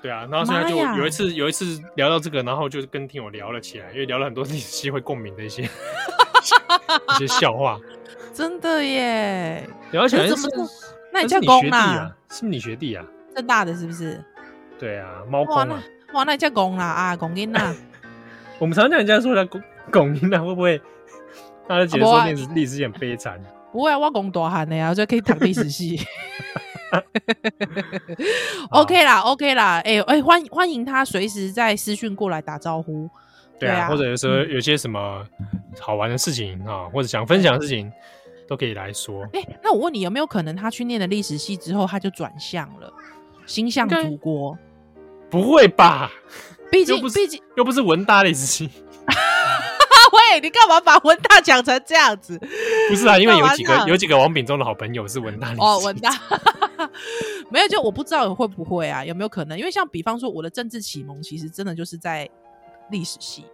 S1: 对啊，然后现在就
S2: 妈呀
S1: 有一次有一次聊到这个，然后就跟听友聊了起来，因为聊了很多 [laughs] 历史系会共鸣的一
S2: [laughs]
S1: 些一些笑话，
S2: 真的耶！
S1: 聊起来
S2: 可
S1: 是
S2: 是怎么那
S1: 那是
S2: 你叫
S1: 你学
S2: 公
S1: 弟
S2: 啦
S1: 啊，，是你学弟啊，
S2: 正大的是不是？
S1: 对啊，猫
S2: 哇，
S1: 空
S2: 那
S1: 啊，
S2: 哇，那你叫公啦啊，公囡呐，
S1: 我们常常叫人家说他拱拱音啊，会不会？大家觉得说
S2: 啊不啊
S1: 历史历史系很悲惨，
S2: 不会啊，我公大汉的呀，所以可以读历
S1: [laughs]
S2: 史系。OK 啦，OK 啦，哎、哎、欢欢迎他随时在私讯过来打招呼。
S1: 对
S2: 对
S1: 啊，
S2: 啊
S1: 或者有时候
S2: 嗯
S1: 有些什么好玩的事情啊，或者想分享的事情，都可以来说。
S2: 哎、那我问你，有没有可能他去念了历史系之后，他就转向了，心向
S1: 应该
S2: 祖国？
S1: 不会吧？
S2: 毕
S1: 又
S2: 竟
S1: 不，是
S2: 毕竟，
S1: 又不是文大历史系，
S2: 啊喂，你干嘛把文大讲成这样子？
S1: [laughs] 不是啊，因为有几
S2: 干嘛
S1: 个
S2: 呢
S1: 有几个王炳忠的好朋友是文大历史系。
S2: 哦，文大， [laughs] 没有，就我不知道会不会啊，有没有可能？因为像比方说，我的政治启蒙其实真的就是在历史系，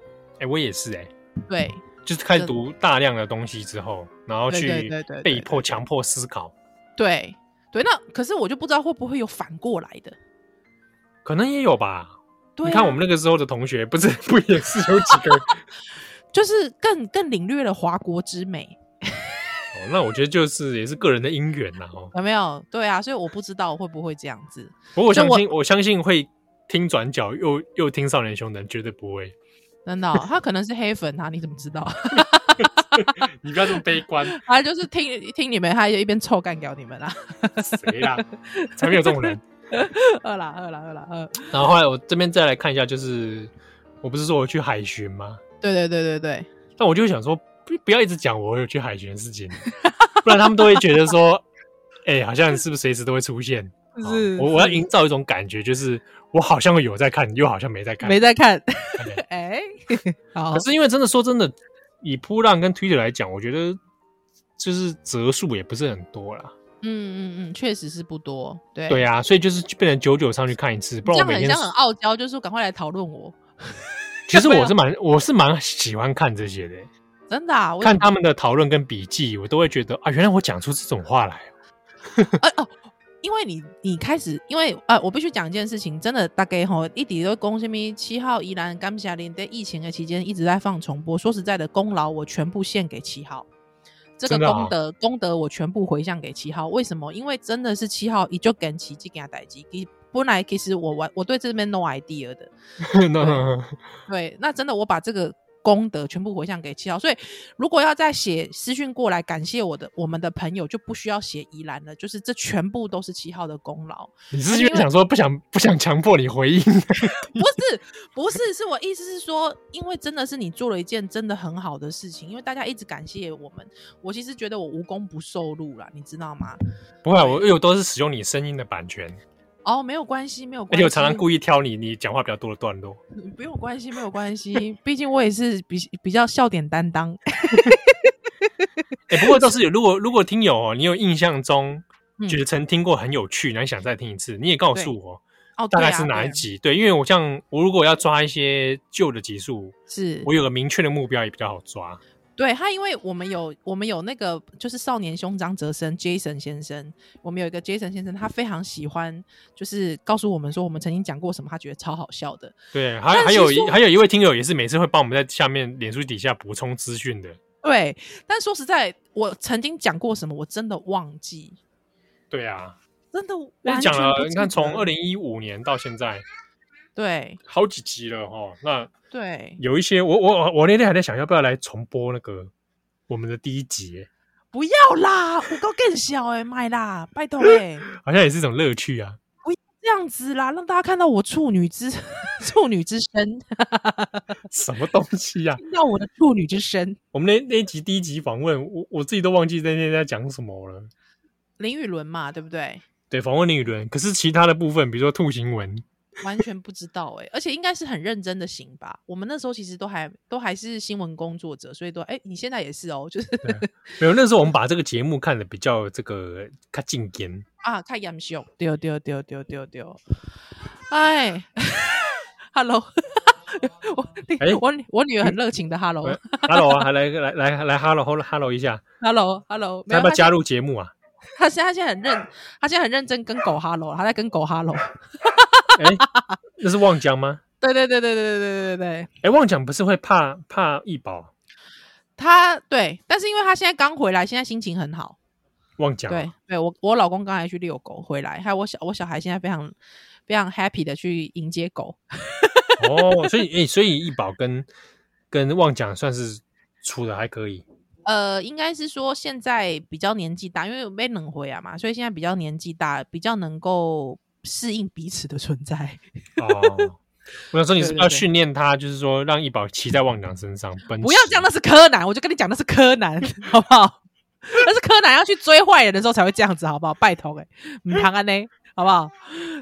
S1: 哎，我也是哎，
S2: 对
S1: 就是开始
S2: 真
S1: 读大量的东西之后，然后
S2: 对对
S1: 去
S2: 对对对
S1: 被迫强迫思考，
S2: 对对。那可是我就不知道会不会有反过来的。
S1: 可能也有吧。
S2: 对、啊，
S1: 你看我们那个时候的同学，不是不也是有几个？
S2: 就是更更领略了华国之美，
S1: [laughs] 哦，那我觉得就是也是个人的因缘呐哦。
S2: 有没有？对啊，所以我不知道会不会这样子。
S1: 不过我
S2: 就
S1: 相
S2: 我
S1: 信，我相信会听转角又又听少年兄的人绝对不会。
S2: 真的哦、他可能是黑粉啊，你怎么知道？
S1: [laughs] 你不要这么悲 [laughs] 观，
S2: 他就是听听你们，他就一边臭干掉你们啦， [laughs]
S1: 谁啦？才没有这种人。
S2: 饿啦饿啦饿啦饿。
S1: 然后后来我这边再来看一下，就是我不是说我去海巡吗？
S2: 对对对对对，
S1: 但我就想说，不不要一直讲我有去海巡的事情， [laughs] 不然他们都会觉得说，哎、好像是不是随时都会出现？哦
S2: 是
S1: 我我要营造一种感觉，就是我好像有在看，又好像没在看。
S2: 没在看。 [laughs]
S1: 哎
S2: 哎、好
S1: 可，是因为真的说真的，以扑浪跟推特来讲，我觉得就是折数也不是很多啦。
S2: 嗯嗯嗯，确实是不多。对
S1: 对啊，所以就是变成久久上去看一次，不然
S2: 这样
S1: 我每
S2: 很
S1: 天
S2: 像很啊傲娇，就是说赶快来讨论我，
S1: 其实我是蛮我是蛮喜欢看这些的、
S2: 真的、啊。我
S1: 看他们的讨论跟笔记，我都会觉得啊，原来我讲出这种话来， [laughs]
S2: 哎、哦，因为你你开始，因为呃，我必须讲一件事情，真的大概吼，一直都讲什么七号宜兰甘霞林在疫情的期间一直在放重播，说实在的，功劳我全部献给七号。这个
S1: 真的啊
S2: 功德、功德，我全部回向给七号。为什么？因为真的是七号，也就跟奇迹给他代机。其本来其实我完我对这边 no idea 的，
S1: 那
S2: 对，那真的我把这个功德全部回向给七号，所以如果要再写私讯过来感谢我的我们的朋友，就不需要写宜兰了，就是这全部都是七号的功劳，
S1: 你是因为想说不想不想强迫你回应？
S2: 不是不是，是我意思是说，因为真的是你做了一件真的很好的事情，因为大家一直感谢我们，我其实觉得我无功不受禄啦，你知道吗？
S1: [laughs] 不会啊，我因为我都是使用你声音的版权，
S2: 哦，没有关系，没有
S1: 而
S2: 关系，嗯
S1: 且我常常故意挑你你讲话比较多的段落。
S2: 不用关系，没有关系，毕竟我也是比比较笑点担当， [laughs]
S1: 哎、不过倒是有，如果如果听友哦，你有印象中
S2: 嗯
S1: 觉得曾听过很有趣，然后想再听一次，你也告诉我
S2: 哦，
S1: 大
S2: 对
S1: 概
S2: 啊
S1: 是哪
S2: 对
S1: 一
S2: 啊
S1: 集？对，因为我像我如果要抓一些旧的集数，
S2: 是
S1: 我有个明确的目标也比较好抓。
S2: 对他，因为我们有我们有那个就是少年兄张哲生 Jason 先生，我们有一个 Jason 先生，他非常喜欢，就是告诉我们说我们曾经讲过什么，他觉得超好笑的。
S1: 对，还
S2: 但
S1: 还
S2: 是
S1: 有一
S2: 说
S1: 还有一位听友也是每次会帮我们在下面脸书底下补充资讯的。
S2: 对，但说实在，我曾经讲过什么，我真的忘记，
S1: 对啊，
S2: 真的
S1: 那
S2: 完
S1: 讲
S2: 全
S1: 了
S2: 不，
S1: 你
S2: 记
S1: 看从
S2: 得
S1: 二零一五年到现在
S2: 对
S1: 好几集了哈。那
S2: 对，
S1: 有一些我我我那天还在想要不要来重播那个我们的第一集，
S2: 不要啦，我够更小哎、欸，买啦，拜托哎、
S1: 好像也是一种乐趣啊。 [laughs]
S2: 这样子啦，让大家看到我处女之 [laughs] 处女之身， [laughs]
S1: 什么东西呀、
S2: 听到我的处女之身，
S1: [laughs] 我们那那一集第一集访问，我我自己都忘记那天在讲什么了。
S2: 林雨纶嘛，对不对？
S1: 对，访问林宇伦，可是其他的部分，比如说兔形文，
S2: 完全不知道哎、而且应该是很认真的行吧。我们那时候其实都还都还是新闻工作者，所以都哎、你现在也是哦，就是
S1: 没有，那时候我们把这个节目看的比较这个看近点。
S2: [laughs] 啊，看杨秀，丢丢丢丢丢丢，哎 [laughs] ，Hello， [laughs] 我
S1: 哎嗯
S2: 我我女儿很热情的 [laughs]
S1: 喂 [laughs] Hello 啊，还来来来来 Hello Hello 一下，
S2: ，hello，hello，hello，没
S1: 要
S2: 有
S1: 不要
S2: 她
S1: 加入节目啊？
S2: 他现他现在很认，他现在很认真跟狗哈喽，他在跟狗哈喽。
S1: 哎，那是旺江吗？
S2: 对对对对对对对对对，
S1: 哎，旺江不是会怕怕易宝？
S2: 他对，但是因为他现在刚回来，现在心情很好。
S1: 旺啊江
S2: 对对，我我老公刚才去遛狗回来，还有我小我小孩现在非常非常 happy 的去迎接狗。
S1: 哦，所以哎，所以易宝跟跟旺江算是处的还可以。
S2: 呃，应该是说现在比较年纪大，因为被冷回啊嘛，所以现在比较年纪大，比较能够适应彼此的存在。
S1: 哦，我想说你是不是要
S2: 对对对
S1: 训练他，就是说让易宝骑在旺长身上奔驰。
S2: [laughs] 不要讲那是柯南，我就跟你讲那是柯南， [laughs] 好不好？那是柯南要去追坏人的时候才会这样子，好不好？拜托哎、欸，你唐安呢，好不 [laughs] 好？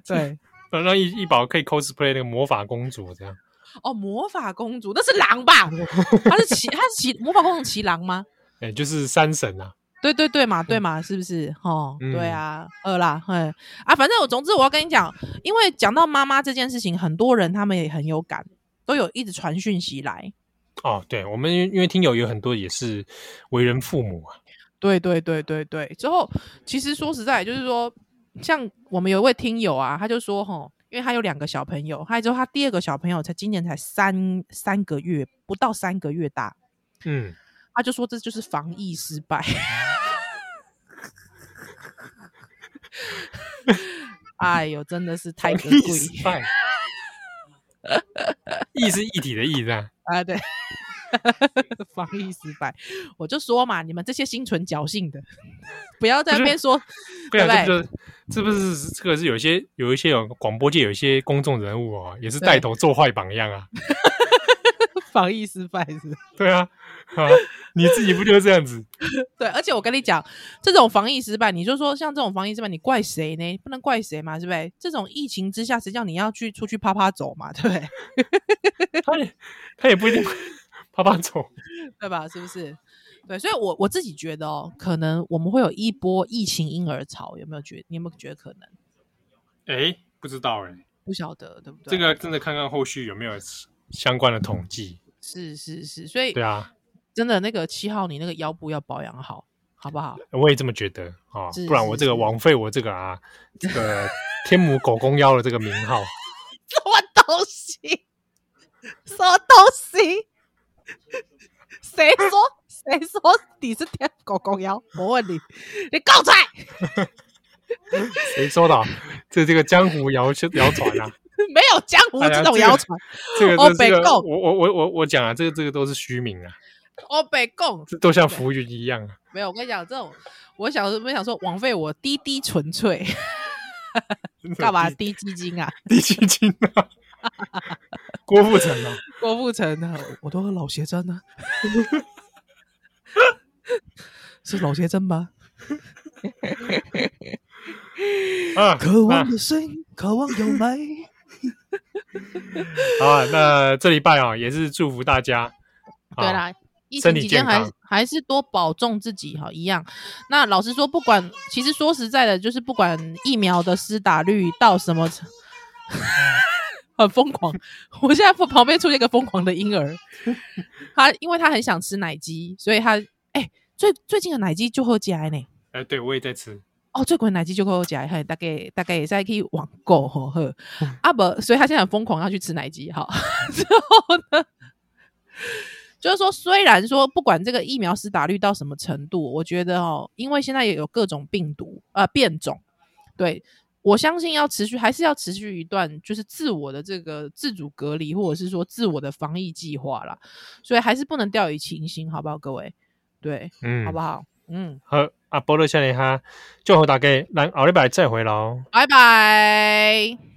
S2: 对，
S1: 让让易易宝可以 cosplay 那个魔法公主这样。
S2: 哦，魔法公主那是狼 [laughs] 吧？她是骑，她是骑魔法公主骑狼吗？
S1: 哎、就是三神啊，
S2: 对对对嘛，对嘛，是不是？哦，
S1: 嗯
S2: 对啊，二啦，嘿啊，反正我总之我要跟你讲，因为讲到妈妈这件事情，很多人他们也很有感，都有一直传讯息来。
S1: 哦，对，我们因为因为听友有很多也是为人父母啊，
S2: 对对对对对，之后其实说实在，就是说，像我们有一位听友啊，他就说吼，因为他有两个小朋友，还有之后他第二个小朋友才今年才三三个月，不到三个月大，
S1: 嗯，
S2: 他就说这就是防疫失败。 [laughs] 哎呦，真的是太可
S1: 意
S2: 贵
S1: 思拜，意是一体的意啊，
S2: 啊！对， [laughs] 防疫失败，我就说嘛，你们这些心存侥幸的， [laughs] 不要在那边说
S1: [laughs] 不然这
S2: 对
S1: 不就是这不是这个是有一些有一些有广播界有一些公众人物啊，也是
S2: 对
S1: 带头做坏榜样啊，
S2: 防疫失败是不是。
S1: 对啊， [laughs] 啊，你自己不就是这样
S2: [laughs]
S1: 子？
S2: 对，而且我跟你讲，这种防疫失败，你就说像这种防疫失败，你怪谁呢？不能怪谁嘛，对不对？这种疫情之下，谁叫你要去出去啪啪走嘛，对不对？
S1: 他也他也不一定 [laughs] 啪啪走，
S2: 对吧？是不是？对，所以我我自己觉得哦，可能我们会有一波疫情婴儿潮，有没有觉？你有没有觉得可能？
S1: 哎、不知道哎、
S2: 不晓得，对不对？啊
S1: 这个真的看看后续有没有相关的统计，
S2: 是是是，所以
S1: 对啊。
S2: 真的那个七号，你那个腰部要保养好，好不好？
S1: 我也这么觉得啊、
S2: 是
S1: 不然
S2: 是
S1: 我这个
S2: 是
S1: 枉费我这个啊，这个天母狗公腰的这个名号。
S2: [laughs]
S1: [laughs]
S2: 什么东西？什么东西？谁说谁说你是天狗狗妖？我问你，你告出来！
S1: 谁说的啊？这这个江湖谣谣传啊，
S2: 没有江湖
S1: 哎呀
S2: 这种谣传，
S1: 这个
S2: 哦
S1: 这这
S2: 北
S1: 个，
S2: 贡
S1: 我我我我我讲啊，这个这个都是虚名啊，
S2: 我北贡
S1: 这都像浮云一样
S2: [laughs]
S1: 啊。
S2: 没有。我跟你讲，这种我想我想说，枉费我滴滴纯粹，干嘛
S1: 第
S2: 滴鸡精啊？ [laughs]
S1: 第七金啊？郭富城啊，
S2: 郭富城啊，我都喝老邪针呢、啊， [laughs] 是老邪针吗？
S1: 啊，啊
S2: 的心，渴望有美。
S1: 好啊，那这礼拜啊，也是祝福大家。啊
S2: [laughs] 对，啦，疫
S1: 身
S2: 情
S1: 体
S2: 期间
S1: 健
S2: 还
S1: 康
S2: 还是多保重自己哈，一样。那老实说，不管其实说实在的，就是不管疫苗的施打率到什么程，嗯 [laughs] 很疯狂。我现在旁边出现一个疯狂的婴 [laughs] 儿，他因为他很想吃奶鸡，所以他哎、最最近的奶鸡就喝起来呢。
S1: 哎，对我也在吃。
S2: 哦，最贵奶鸡就够吃，嘿，大概大概也在可以网购吼呵，啊不，所以他现在很疯狂要去吃奶鸡，好， [laughs] 之后呢，就是说，虽然说不管这个疫苗施打率到什么程度，我觉得哦，因为现在也有各种病毒呃变种，对我相信要持续还是要持续一段就是自我的这个自主隔离或者是说自我的防疫计划啦，所以还是不能掉以轻心，好不好，各位？对，
S1: 嗯，
S2: 好不好？嗯，
S1: 好，啊，波乐夏莲哈，祝福大家，咱后礼拜再回喽。
S2: 拜拜。